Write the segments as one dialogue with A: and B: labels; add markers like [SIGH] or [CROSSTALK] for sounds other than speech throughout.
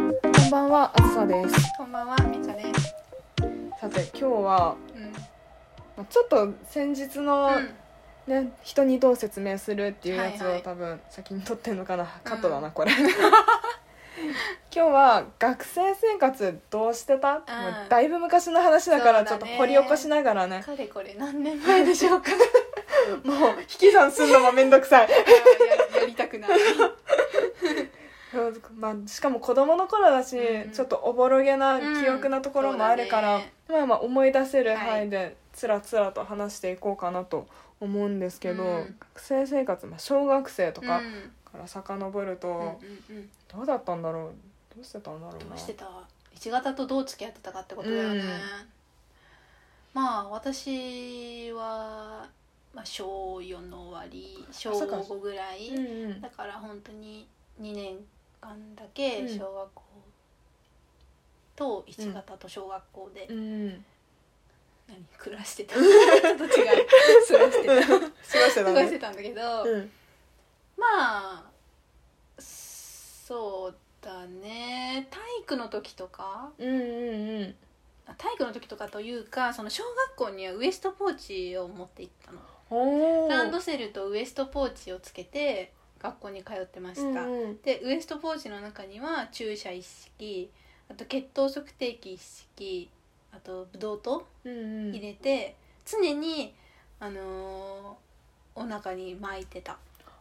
A: んは、あつさです。
B: こんばんは、みちゃです。
A: さて、今日は、
B: うん。うん
A: まあちょっと先日の、ね、人にどう説明するっていうやつ
B: はい
A: を
B: はい
A: 多分先に取ってんのかな、カットだな、これ。 [LAUGHS] 今日は学生生活どうしてた、もうだいぶ昔の話だからちょ
B: そ
A: っ
B: う
A: と
B: だね
A: 掘り起こしながらね
B: かれこれ何年前でしょう [LAUGHS] か。
A: もう引き算するのもめんどくさい
B: ややりたくない。
A: まあ、しかも子供の頃だし、
B: うん
A: ちょっとおぼろげな
B: うん
A: 記憶なところもあるから、
B: そうだね
A: まあまあ思い出せる範囲でつらつらと話していこうかなと思うんですけど、
B: うん
A: 学生生活、まあ、小学生とか
B: うん
A: から遡ると、
B: うんうんうん
A: どうだったんだろうどうしてたんだろうな
B: どうしてた一型とどう付き合ってたかってことだよね。
A: うん
B: まあ、私は、まあ、小4の終わり、小
A: そっか
B: 5ぐらい。
A: うんうん
B: だから本当に2年間だけ
A: うん
B: 小学校と一型と小学校で、
A: うん
B: 何暮らしてた [LAUGHS] ちょっと違う過ごしてた
A: 過ごしてた
B: 過ごして
A: ね
B: たんだけど、
A: うん
B: まあそうだね体育の時とか
A: うんうんうん
B: あ体育の時とかというかその小学校にはウエストポーチを持って行ったの
A: おー
B: ランドセルとウエストポーチをつけて学校に通ってました、
A: うんうん
B: でウエストポーチの中には注射一式あと血糖測定器一式あとブドウ糖
A: うんうん
B: 入れて、常にあのーお腹に巻いてた、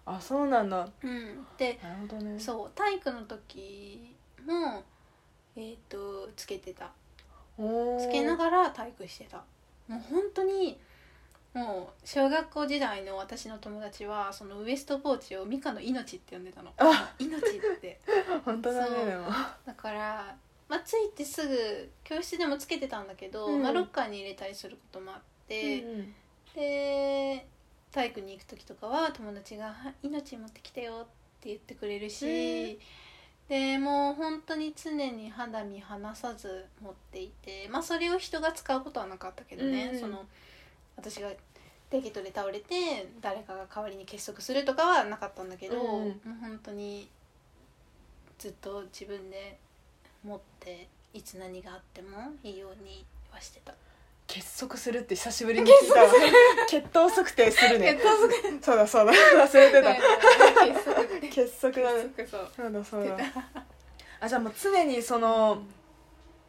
A: あそうなんだ
B: うん、で
A: なるほどね
B: そう体育の時もえっ、とつけてた
A: おー
B: つけながら体育してたもう本当にもう小学校時代の私の友達はそのウエストポーチをミカの命って呼んでたの
A: あ
B: 命って
A: 本当だ
B: そ
A: ね
B: う
A: でも
B: だから、まあ、ついてすぐ教室でもつけてたんだけど、
A: うん
B: まあ、ロッカーに入れたりすることもあって、で体育に行く時とかは友達がは「命持ってきてよ」って言ってくれるし、
A: うん
B: でもう本当に常に肌身離さず持っていて、まあ、それを人が使うことはなかったけどね、
A: うん
B: その私がデキットで倒れて誰かが代わりに結束するとかはなかったんだけど、
A: うん
B: もう本当にずっと自分で持っていつ何があってもいいようにはしてた。
A: 結束するって久しぶりに聞いたわ血糖測定する
B: [LAUGHS]
A: ねそうだそうだ忘れてた
B: 結束で
A: 結束だね
B: 結束そう
A: そうだそうだあじゃあもう常にその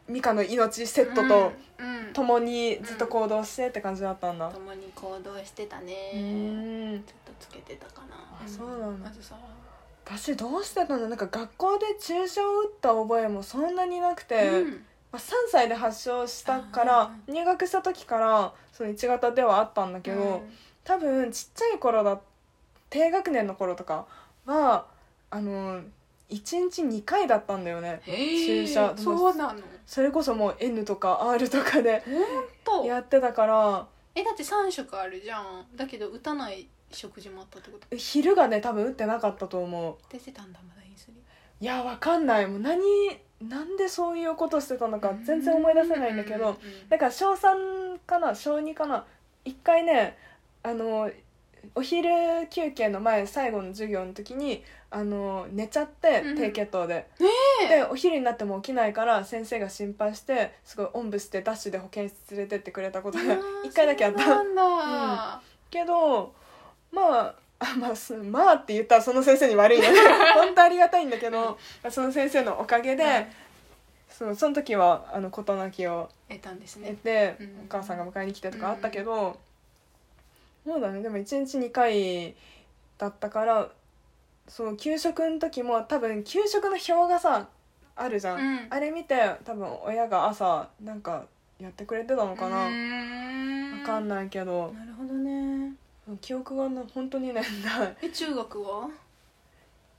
A: ミカの命セットと
B: うんうん
A: 共にずっと行動してって感じだったんだ
B: 共に行動してた
A: う
B: ね
A: ん
B: ずっとつけてたかな
A: あそうなんだ
B: あとさ
A: 私どうしてたのなんか学校で注射を打った覚えもそんなになくて、
B: うん
A: まあ、3歳で発症したか
B: あ
A: ら入学した時からその1型ではあったんだけど、多分ちっちゃい頃だ低学年の頃とかはあの1日2回だったんだよね
B: へー
A: 注射
B: そうなの
A: それこそもう N とか R とかで
B: と
A: やってたから
B: えだって三食あるじゃんだけど打たない食事もあったってこと
A: 昼がね多分打ってなかったと思
B: 出てたんだまだインスリン
A: ういやわかんないもう何なんでそういうことしてたのか全然思い出せないんだけどだから小3かな小2かな1回ねあのお昼休憩の前最後の授業の時にあの寝ちゃって
B: うん
A: 低血糖で、
B: え
A: でお昼になっても起きないから先生が心配してすごいおんぶしてダッシュで保健室連れてってくれたことが1回だけあっ
B: そうな
A: た
B: んだ
A: けどまああまあすまあって言ったらその先生に悪いね
B: [LAUGHS]
A: 本当ありがたいんだけどその先生のおかげで、
B: うん
A: そのその時はあの事なきを
B: 得たんです
A: 寝
B: ね
A: て、
B: うん
A: お母さんが迎えに来てとかあったけど、そうだねでも1日2回だったからそう給食の時も多分給食の表がさあるじゃん、
B: うん
A: あれ見て多分親が朝なんかやってくれてたのかな、わ
B: な
A: かん
B: な
A: ないけど
B: なるほどね
A: 記憶がな本当にねない
B: え中学は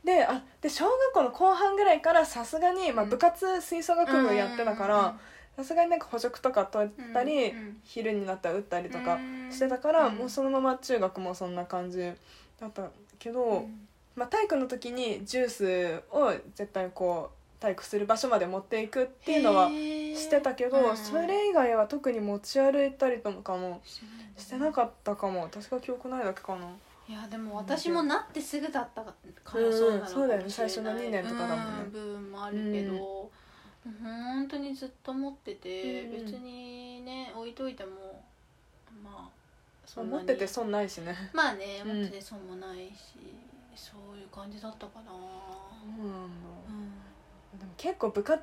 A: であで小学校の後半ぐらいからさすがに、まあ、
B: うん
A: 部活吹奏楽部やってたからさすがになんか補助とか取ったり、
B: うんうん
A: 昼になったら打ったりとか、
B: うん
A: してたから、
B: ん
A: もうそのまま中学もそんな感じだったけど、
B: うん
A: まあ、体育の時にジュースを絶対こう体育する場所まで持っていくっていうのはしてたけど、
B: へーうん
A: それ以外は特に持ち歩いたりとかもしてな
B: っ
A: かったかも私が記憶ないだけかな、
B: たいやでも私もなってすぐだったから
A: うん
B: そうなのかもしれない、
A: そうだよね最初の二年とかだもんね
B: うん部分もあるけど、本当にずっと持ってて、
A: うんうん
B: 別にね置いといてもまあそんな
A: 持
B: に
A: ってて損ないしね
B: まあね
A: うん
B: 持ってて損もないし、そういう感じだったかな、
A: そうなんだ
B: うん、
A: でも結構部活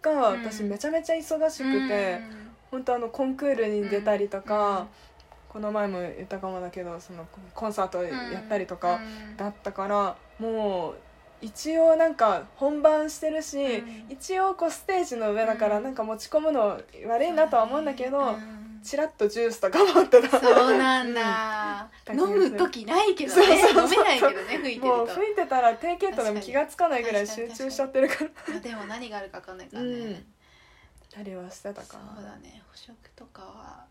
A: が私
B: うん
A: めちゃめちゃ忙しくて、本当あのコンクールに出たりとか、この前も言ったかもだけどそのコンサート
B: うん、うん
A: やったりとか
B: うん
A: だったから、もう一応なんか本番してるし、
B: うん
A: 一応こうステージの上だから
B: うん
A: なんか持ち込むの悪いなとは思うんだけど、
B: うん
A: チラッとジュースとか持ってた
B: そうなんだ、
A: うん
B: 飲む時ないけどね
A: そうそうそう
B: 飲めないけどね吹いてる
A: も
B: と
A: う吹いてたら低血糖でも気がつかないぐらい集
B: 確かに
A: 中しちゃってるから
B: まあでも何があるか分かんないからね、
A: うんたりはしてた
B: そ
A: か
B: う
A: な
B: だね捕食とかは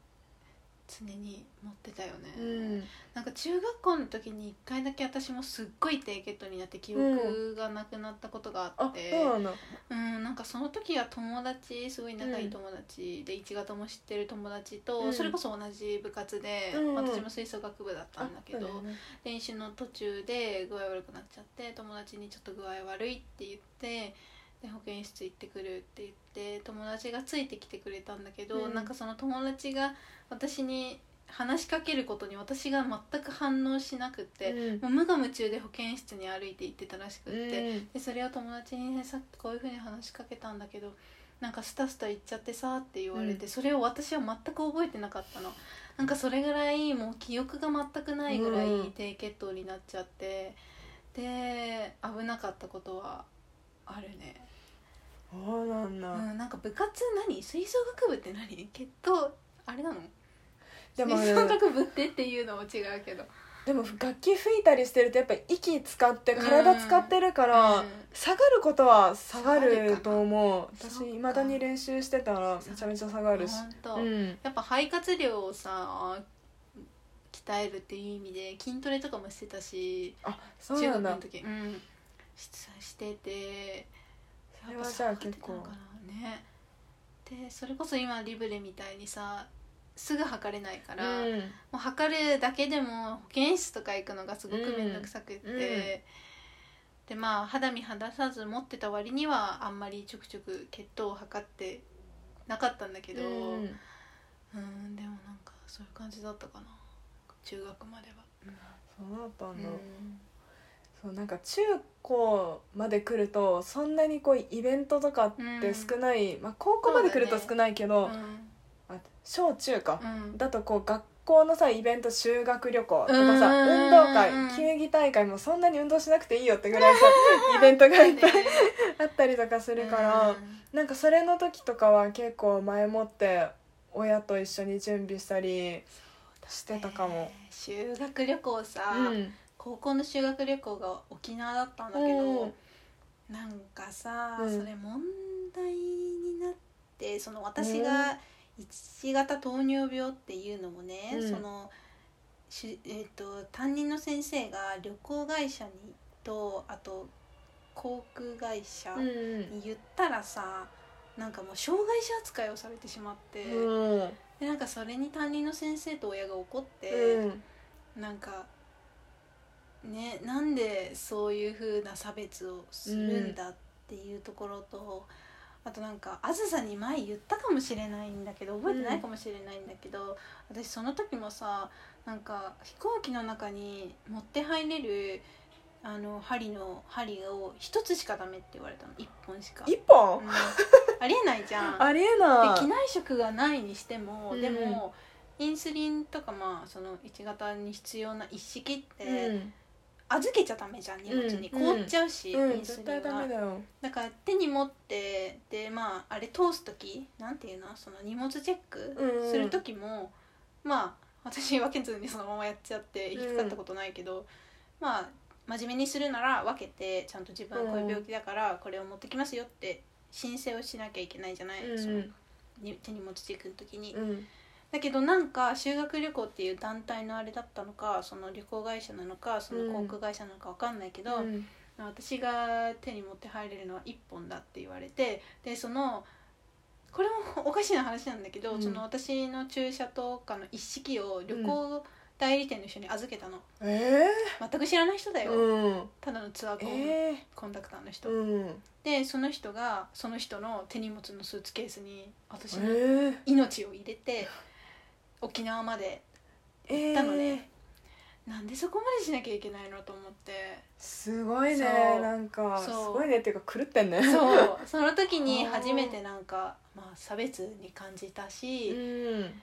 B: 常に持ってたよね、
A: うん
B: なんか中学校の時に一回だけ私もすっごい低血糖になって記憶がなくなったことがあ
A: あ
B: って、
A: そうなんだ
B: うん、なんかその時は友達すごい仲いい友達、で一型も知ってる友達と、
A: うん
B: それこそ同じ部活で、
A: うん
B: 私も吹奏楽部だった
A: あ
B: んだけど、
A: そうだよね
B: 練習の途中で具合悪くなっちゃって友達にちょっと具合悪いって言ってで保健室行ってくるって言って友達がついてきてくれたんだけど、
A: うん
B: なんかその友達が私に話しかけることに私が全く反応しなくて、
A: うん
B: もう無我夢中で保健室に歩いて行ってたらしくって。
A: うん
B: でそれを友達に、ね、さっきこういうふうに話しかけたんだけどなんかスタスタ言っちゃってさって言われて、それを私は全く覚えてなかったのなんかそれぐらいもう記憶が全くないぐらい
A: うん
B: 低血糖になっちゃって、で危なかったことはあるね、
A: そうなんだ、
B: うん、なんか部活何吹奏楽部って何血糖あれなの
A: でも
B: 吹奏楽部ってっていうのも違うけど
A: でも楽器吹いたりしてるとやっぱ息使って体使ってるから、
B: うん
A: 下がることは下が
B: 下がる
A: る
B: か
A: と思う
B: そっか
A: 私いまだに練習してたらめちゃめちゃ下がるし
B: 本当、
A: うん
B: やっぱ肺活量をさ鍛えるっていう意味で筋トレとかもしてたし
A: あそう
B: 中
A: な
B: 学
A: んだ
B: の時うんししてて
A: それはじゃあ結構
B: やっぱ下がってたのかなねでそれこそ今リブレみたいにさすぐ測れないから、も
A: うん
B: う測るだけでも保健室とか行くのがすごく面倒くさくって、
A: うんうん
B: でまあ肌身離さず持ってた割にはあんまりちょくちょく血糖を測ってなかったんだけど、
A: うん
B: うんでもなんかそういう感じだったかな中学までは、
A: そうだった
B: うん
A: だ、
B: ん、
A: そうなんか中高まで来るとそんなにこうイベントとかって少ない、まあ、高校まで来ると少ないけど、あ小中か、
B: うん
A: だとこう学校のさイベント修学旅行とかさ
B: うん
A: 運動会
B: うん
A: 球技大会もそんなに運動しなくていいよってぐ
B: [LAUGHS]
A: らいさイベントがいっぱいあったりとかするから、なんかそれの時とかは結構前もって親と一緒に準備したりしてたかも。
B: 修学旅行さ、
A: うん
B: 高校の修学旅行が沖縄だったんだけど、
A: うん
B: なんかさ、
A: うん
B: それ問題になってその私が1型糖尿病っていうのもね、
A: うん
B: そのし、えー、と担任の先生が旅行会社にとあと航空会社
A: う
B: に
A: ん
B: 言ったらさ、なんかもう障害者扱いをされてしまって、
A: うん
B: でなんかそれに担任の先生と親が怒って。
A: うん
B: なんかねなんでそういう風な差別をするんだっていうところと、あとなんかあずさに前言ったかもしれないんだけど覚えてないかもしれないんだけど、私その時もさなんか飛行機の中に持って入れるあの針の針を一つしかダメって言われたの一本しか、
A: 一
B: う
A: 本
B: んありえないじゃん
A: ありえな
B: で機
A: い
B: 内食がないにしても、
A: うん
B: でもインスリンとかまあその1型に必要な一式って、
A: うん
B: 預けちゃダメじゃん荷物に、
A: うんうん
B: 凍っちゃうし、
A: う
B: イ
A: ん、
B: ンスリ
A: 絶
B: ン
A: 対ダ
B: が
A: メだよ。
B: だから手に持ってでまああれ通す時なんていうのその荷物チェック
A: うんうん
B: する時も、まあ私分けずにそのままやっちゃって引っかかったことないけど、まあ真面目にするなら分けてちゃんと自分はこういう病気だからこれを持ってきますよって申請をしなきゃいけないじゃない、
A: うんうん
B: そのに手荷物チェックの時に、
A: うん、
B: だけどなんか修学旅行っていう団体のあれだったのかその旅行会社なのかその航空会社なのかわかんないけど、
A: うん
B: 私が手に持って入れるのは1本だって言われてでそのこれもおかしな話なんだけど、
A: うん
B: その私の注射とかの一式を旅行代理店の人に預けたの
A: え
B: 全く知らない人だ
A: え
B: よ、
A: うん
B: ただのツアーコン,、
A: ええ
B: コンダクターの人、
A: うん
B: でその人がその人の手荷物のスーツケースに私
A: え
B: の
A: え
B: 命を入れて沖縄まで行ったのね、
A: ええ
B: なんでそこまでしなきゃいけないのと思って
A: すごいね
B: そう
A: なんかす
B: そう
A: ごいねっていうか狂ってんね
B: そうその時に
A: あー
B: 初めてなんか、まあ、差別に感じたし、
A: [LAUGHS] うん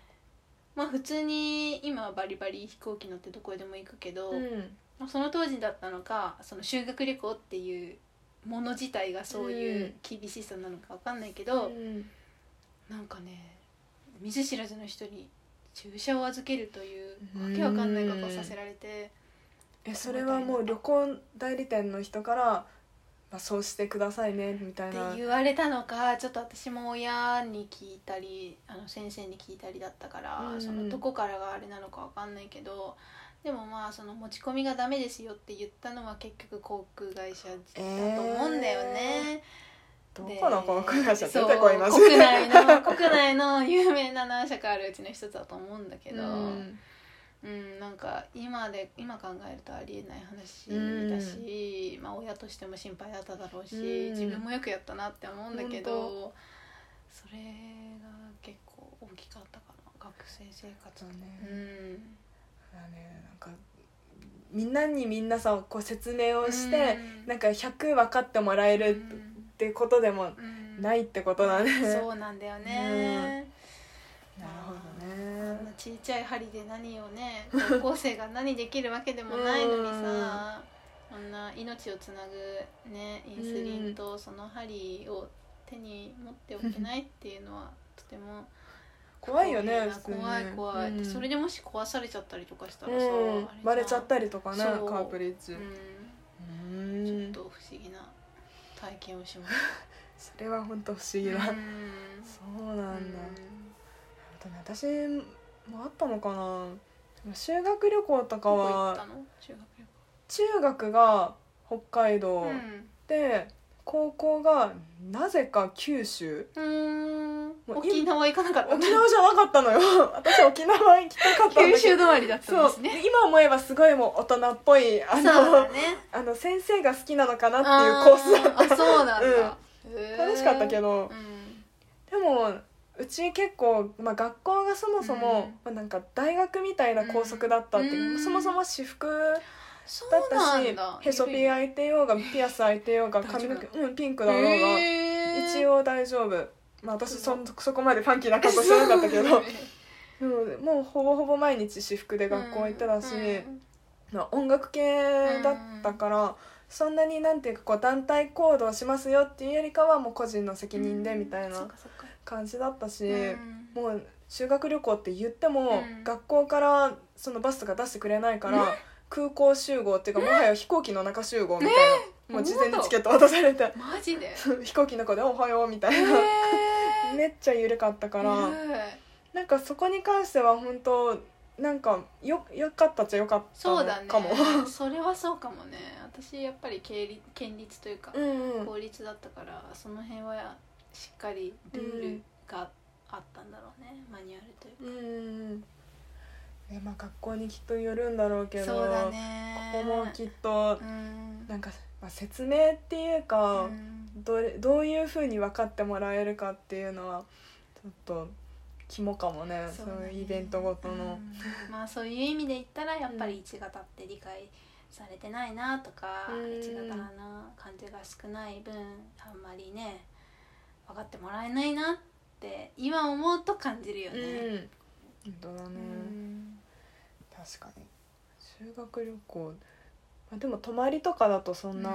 B: まあ普通に今はバリバリ飛行機乗ってどこへでも行くけど、
A: うん
B: まあその当時だったのかその修学旅行っていうもの自体がそういう厳しさなのかわかんないけ
A: う
B: ど、
A: ん
B: なんかね見ず知らずの人に注射を預けるというわけわかんないことをさせられて、
A: えそれはもう旅行代理店の人から、まあ、そうしてくださいねみたい
B: っ
A: な
B: て言われたのかちょっと私も親に聞いたりあの先生に聞いたりだったから、
A: うん
B: そのどこからがあれなのかわかんないけどでもまあその持ち込みがダメですよって言ったのは結局航空会社だと思うんだよね。
A: ど
B: で
A: この航空会社出
B: そう
A: てこいます
B: 国内の国内の有名な何社かあるうちの一つだと思うんだけど、
A: うん
B: うん、なんか今で今考えるとありえない話だし、まあ、親としても心配だっただろうし、
A: うん
B: 自分もよくやったなって思うんだ
A: 本
B: けどそれが結構大きかったかな学生生活
A: そう
B: の
A: ね
B: うん、
A: だからねなんかみんなにみんなさこう説明をして、なんか100分かってもらえ
B: う
A: る
B: ん
A: ってことでも
B: うん
A: ないってことだね、なる
B: そうなんだよね、
A: ほど
B: こ
A: ね
B: んなちいちゃい針で何をね高校生が何できるわけでもないのにさこんな命をつなぐねインスリンとその針を手に持っておけないっていうのはとても
A: 怖いよね
B: 不幸な怖い怖い、
A: うん
B: それでもし壊されちゃったりとかしたらさ、
A: うん
B: あ、
A: バレちゃったたりとかね
B: そう
A: カープリッジ
B: う、
A: うん
B: ちょっ
A: ん
B: と不思議な体験をしました
A: それは本当不思議だ、
B: うん
A: そうなんだ、
B: うん
A: あとね私もあったのかなでも修学旅行とか
B: どこ行った
A: は
B: の中学旅
A: 中学が北海道、
B: 行
A: で高校がなぜか九州
B: うんうーん
A: もう
B: 沖縄行かなかった
A: 沖縄じゃなかったのよ [LAUGHS] 私沖縄行きたかったんだけど
B: 九州止まりだったん
A: そ
B: で
A: う
B: すね
A: 今思えばすごいもう大人っぽいあ
B: そう
A: の
B: だね
A: [LAUGHS] あの先生が好きなのかなっ
B: あ
A: ていうコースだ
B: ーあそうなんだ、へー
A: 楽しかったけど
B: うん
A: でもうち結構、まあ、学校がそもそも、まあ、なんか大学みたいな校則だったっていう、
B: うん
A: そもそも私服
B: そ
A: だった
B: うな
A: し
B: んだ
A: へそピン開いてようがピアス開いてようが
B: 大丈
A: 髪
B: 夫
A: の毛、うん、ピンクだろうが、一
B: 一
A: 応大丈夫、まあ、私そんそこまでファンキーな格好してなかったけど
B: 学
A: でももうほぼほぼ毎日私服で学校行ってたし、まあ、音楽系だったから、そんなになんていうかこう団体行動しますよっていうよりかはもう個人の責任でみたい
B: そ
A: な
B: っかそっか
A: 感じだったし。
B: うん
A: もう修学旅行って言っても、
B: うん
A: 学校からそのバスとか出してくれないから、空港集合っていうかもはや飛行機の中集合みたいな、もう事前にチケット渡されて
B: マジで
A: 飛行機の中で「おはよう」みたいな、
B: へー
A: めっちゃ緩かったから、
B: へー
A: なんかそこに関しては本当なんかよよかったっちゃよかった
B: そうだ
A: の
B: ね
A: かも。
B: それはそうかもね私やっぱり経理 [LAUGHS] 県立というか
A: うんうん
B: 公立だったからその辺はしっかりルールがあったんだろうね、マニュアルという
A: うんうんえまあ学校にきっとよるんだろうけ
B: か
A: ど
B: そうだね
A: ここもきっと
B: うん
A: なんか、まあ、説明っていうか、
B: うん
A: どれどういうふうに分かってもらえるかっていうのはちょっと肝かもねそう
B: だね
A: いうイベントごとの、
B: うんまあそういう意味で言ったらやっぱ
A: うん
B: り1型って理解されてないなとか、
A: うん
B: 1型な感じが少ない分あんまりね分かってもらえないなって今思うと感じるよ
A: う
B: ね、
A: ん本当だね、
B: うん
A: 確かに修学旅行、まあ、でも泊まりとかだとそんな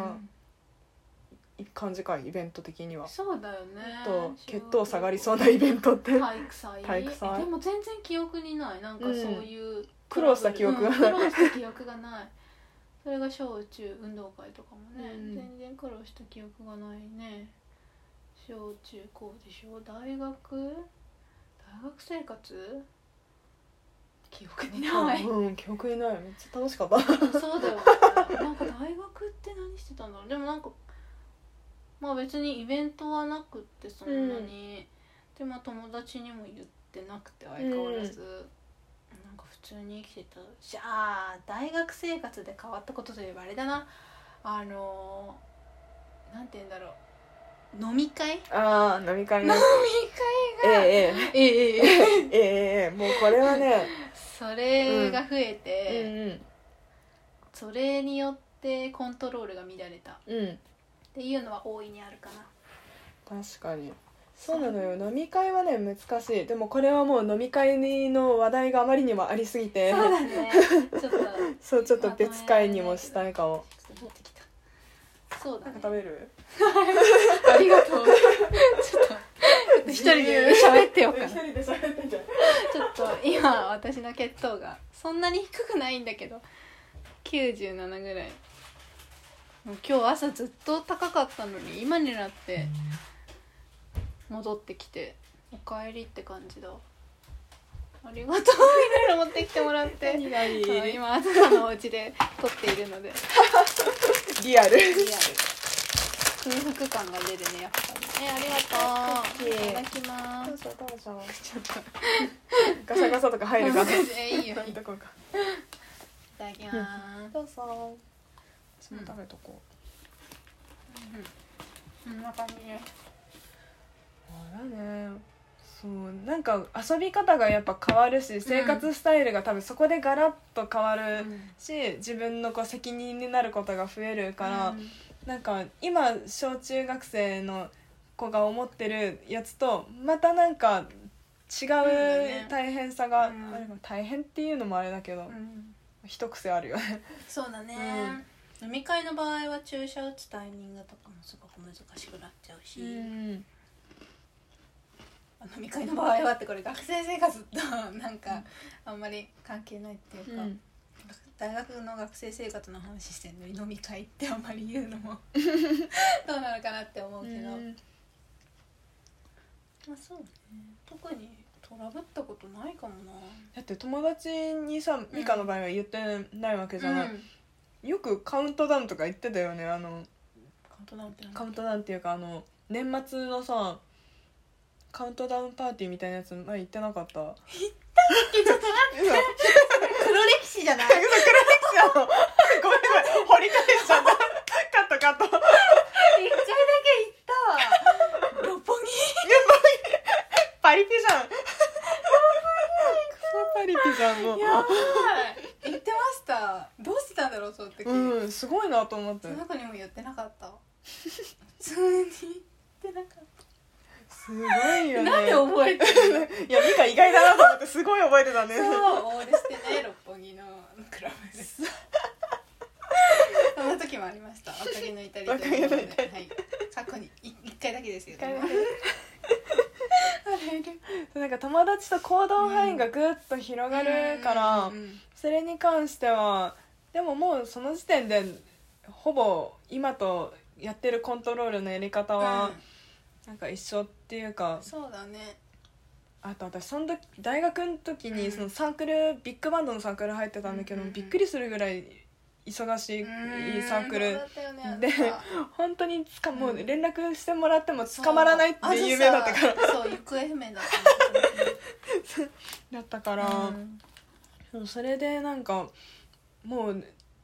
A: 感じか、イベント的には、
B: そうだよね
A: ちょっと血糖下がりそうなイベントって
B: 体育祭
A: 体育祭
B: えでも全然記憶にないなんかそういう、
A: 苦労した記憶がない
B: うん苦労した記憶がないそれが小中運動会とかもね、
A: うん
B: 全然苦労した記憶がないね小中高でしょ大学大学生活記憶にない
A: うんうん記憶にないめっちゃ楽しかった
B: そうだよ、ね、なんか大学って何してたんだろうでもなんかまあ別にイベントはなくってそんなに、でまあ友達にも言ってなくて相変わらず、なんか普通に生きてたしあー大学生活で変わったことといえばあれだなあのーなんて言うんだろう飲み会飲
A: ああ飲み会ね
B: み
A: ええ
B: 会が、
A: ええ
B: [LAUGHS] ええええ
A: ええええもうこれはね
B: それが増え
A: う
B: て、
A: ん
B: それによってコントロールが乱れたっ
A: うんうん
B: ていうのは大いにあるかな
A: 確かにそうなのよ飲み会はね難しいでもこれはもう飲み会の話題があまりにもありすぎて
B: そうだねちょっとちょっ
A: そうちょっと別会にもしたいかも
B: と持ってきたそうだ
A: なんか食べ
B: ね
A: る
B: ありがとう。ちょっと、一人で喋ってようかな。
A: 一
B: ち
A: 人で喋ってんじゃん
B: ょっと、今、私の血糖が、そんなに低くないんだけど、97ぐらい。もう今日朝ずっと高かったのに、今になって、戻ってきて、お帰りって感じだ。ありがとう。いろいろ持ってきてもらって。
A: 何がい
B: あの
A: い
B: 今、あずさのお家で撮っているので、
A: リアル
B: リアル。空腹感が出るね、やっぱり。ね、ありがとう。いただきます
A: どう。ぞどうぞ
B: ちょっと
A: ガサガサとか入るか
B: えいいよいいよ
A: やめ
B: い
A: とこうか
B: ただきま
A: どうぞそ
B: うん
A: の食べとこ
B: すこんな感じね
A: うあらねそうなんか遊び方がやっぱ変わるし生活スタイルが多分そこでガラッと変わるし自分のこう責任になることが増えるから、なんか今小中学生の子が思ってるやつとまたなんか違う
B: ね
A: 大変さがある
B: うん
A: かも大変っていうのもあれだけど、
B: うん
A: 一癖あるよね
B: そうだね飲み会の場合は注射打つタイミングとかもすごく難しくなっちゃうし飲み会の場合はってこれ学生生活となんかあんまり関係ないっていうか
A: うん
B: 大学の学生生活の話してんのに飲み会ってあんまり言うの [LAUGHS] もどうなのかなって思うけどまあそうね特にトラブったことないかもな
A: だって友達にさミカの場合は言ってないわけじゃない、
B: うん
A: よくカウントダウンとか言ってたよねあの
B: カウントダウンってなんだ
A: カウントダウンっていうかあの年末のさカウントダウンパーティーみたいなやつ前言ってなかった
B: [LAUGHS] ちょっと待
A: 嘘
B: って黒歴史じゃな
A: [LAUGHS]
B: い [LAUGHS]
A: あのごめんごめん掘り返しちゃったカットカット
B: 一回だけ行ったわ六本
A: パリピじゃんクソパリピじゃんも
B: 木やばい行ってましたどうしてたんだろうその時、
A: ううんすごいなと思って
B: その子にも言ってなか [LAUGHS] った普通に言ってなかっ
A: すごいよ
B: た
A: ね
B: なんで覚えてるの
A: いやミカ意外だなと思ってすごい覚えてたね
B: そうオールしてね六本木のクラ [LAUGHS] ブでそんな時もありました若気の至りということ
A: 若気の至
B: で、はい、過去にい一回だけですよ
A: 一回だけ
B: あれれ
A: なんか友達と行動範囲がぐっと広がるから、
B: うんうんうん
A: それに関してはでももうその時点でほぼ今とやってるコントロールのやり方
B: う
A: は
B: ん
A: なんか一緒っていうか、
B: そうだね
A: あと私その時大学の時
B: う
A: に
B: ん
A: そのサークルビッグバンドのサークル入ってたんだけど、
B: うんうんうん
A: びっくりするぐらい忙しいサーク
B: うん
A: ル
B: そうだったよね
A: で
B: なんか
A: 本当につか
B: うん
A: もう連絡してもらっても捕まらないっていう夢だったから
B: らそう行方不明だった
A: だったから、
B: うん
A: そうそれでなんかもう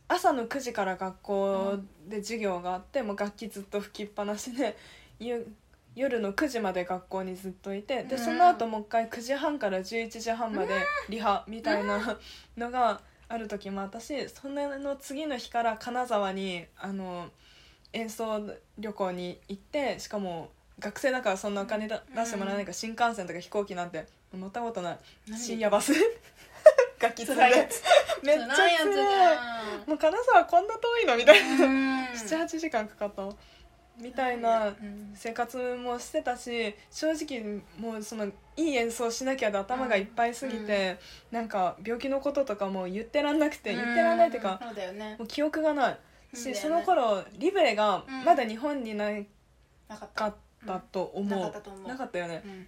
A: 朝の9時から学校で授業があって、もう楽器ずっと吹きっぱなしで [LAUGHS] ゆ夜の9時まで学校にずっといてで
B: うん
A: その後もう一回9時半から11時半までリハみたいなのがある時もあったしその次の日から金沢にあの演奏旅行に行ってしかも学生だからそんなお金だ出してもらえないから新幹線とか飛行機なんて乗ったことない。
B: 何
A: 深夜バスガキつら
B: 辛い
A: い
B: や
A: や
B: つ
A: つめっちゃ辛
B: 辛い
A: い
B: やつじ
A: もう金沢こんな遠いのみたいな
B: ゃんうん
A: 78時間かかったみたいな
B: うん
A: 生活もしてたし正直もうそのいい演奏しなきゃで頭がいっぱいすぎて、なんか病気のこととかも言ってらんなくて言ってらんないっていうか、
B: そうだよね
A: もう記憶がないし、
B: うん
A: その頃リブレがまだ日本にな
B: なかった
A: かったと思う、
B: なかったと思う
A: なかったよね
B: うん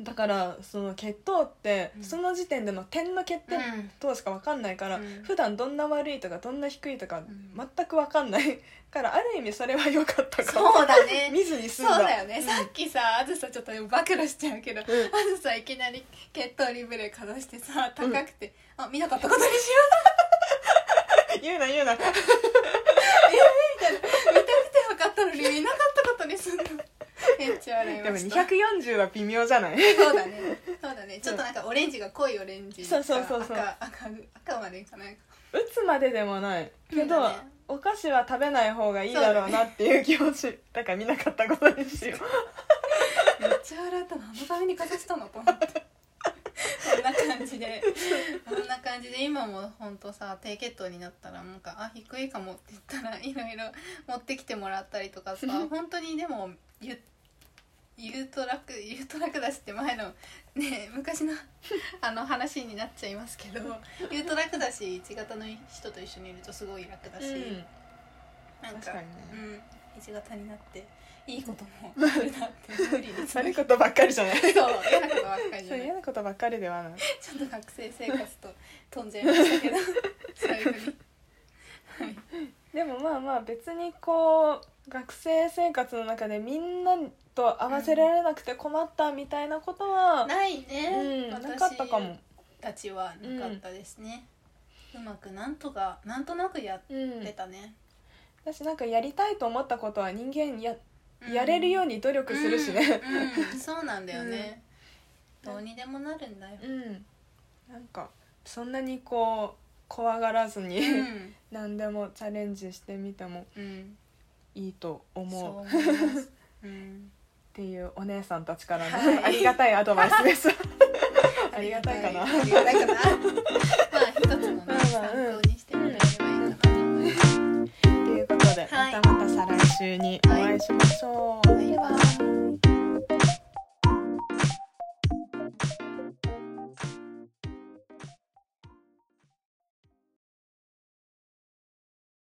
A: だからその血統って
B: うん
A: その時点での点の欠点としか分かんないから、
B: うん
A: 普段どんな悪いとかどんな低いとか
B: ん
A: 全く分かんないからある意味それは良かったかも
B: そうだね
A: 見ずに済
B: そ
A: んだ
B: うだよね、さっきさあずさちょっと暴露しちゃうけど、
A: うん
B: あずさいきなり血糖リブレかざしてさ高くて、あ見なかったことにしよ
A: 言うな言うな
B: う見たくて分かったのに見なかったことにす
A: [LAUGHS]
B: んのめっちゃ笑い
A: で
B: ま
A: も
B: した
A: 240は微妙じゃない
B: そうだねそうだねちょっとなんかオレンジが濃いオレンジ
A: そうそうそうそう
B: 赤赤赤までいかないか
A: 打つまででもないけど、
B: そうだね
A: お菓子は食べない方がいいだろうなっていう気持ちだから見なかったことにしよう
B: めっちゃ笑ったのあのためにかざしたのと思ってこんな感
A: [LAUGHS]
B: じでこんな感じで今も本当さ低血糖になったらなんか「あ低いかも」って言ったらいろいろ持ってきてもらったりとか
A: [LAUGHS]
B: さ本当にでも言う言うと楽言うと楽だしって前のね昔のあの話になっちゃいますけど言うと楽だし1型の人と一緒にいるとすごい楽だし、なん
A: 確か
B: か
A: にね
B: うん1型になっていいこともあるなって無理につな
A: 悪
B: げ
A: いことばっかりじゃない
B: そう嫌なことばっかりじ
A: そ
B: ゃ
A: う
B: ない
A: 嫌なことばっかりではない
B: ちょっと学生生活と飛んじゃいましたけど最後にはい
A: でもまあまあ別にこう学生生活の中でみんなと合わせられなくて困ったみたいなことは、
B: ない
A: うん
B: ね、
A: なかったかも、
B: 私たちはなかったですね、うまくなんとかなんとなくや
A: う
B: っ
A: ん
B: て、たね、
A: 私なんかやりたいと思ったことは人間や,、やれるよう
B: に
A: に努力するしね、 [LAUGHS]
B: うん、うんそうなんだよね、どうにでもなるんだよ、
A: [LAUGHS] うん、なんかそんなにこう怖がらずに、
B: うん
A: 何でもチャレンジしてみても
B: うん、
A: いいと
B: そう
A: 思うっ
B: 思います、うん、
A: ていうお姉さんたち [LAUGHS] からの、
B: はい
A: あ
B: [LAUGHS]
A: りがたいアドバイスですありがたいかな [LAUGHS]
B: ありがたいかな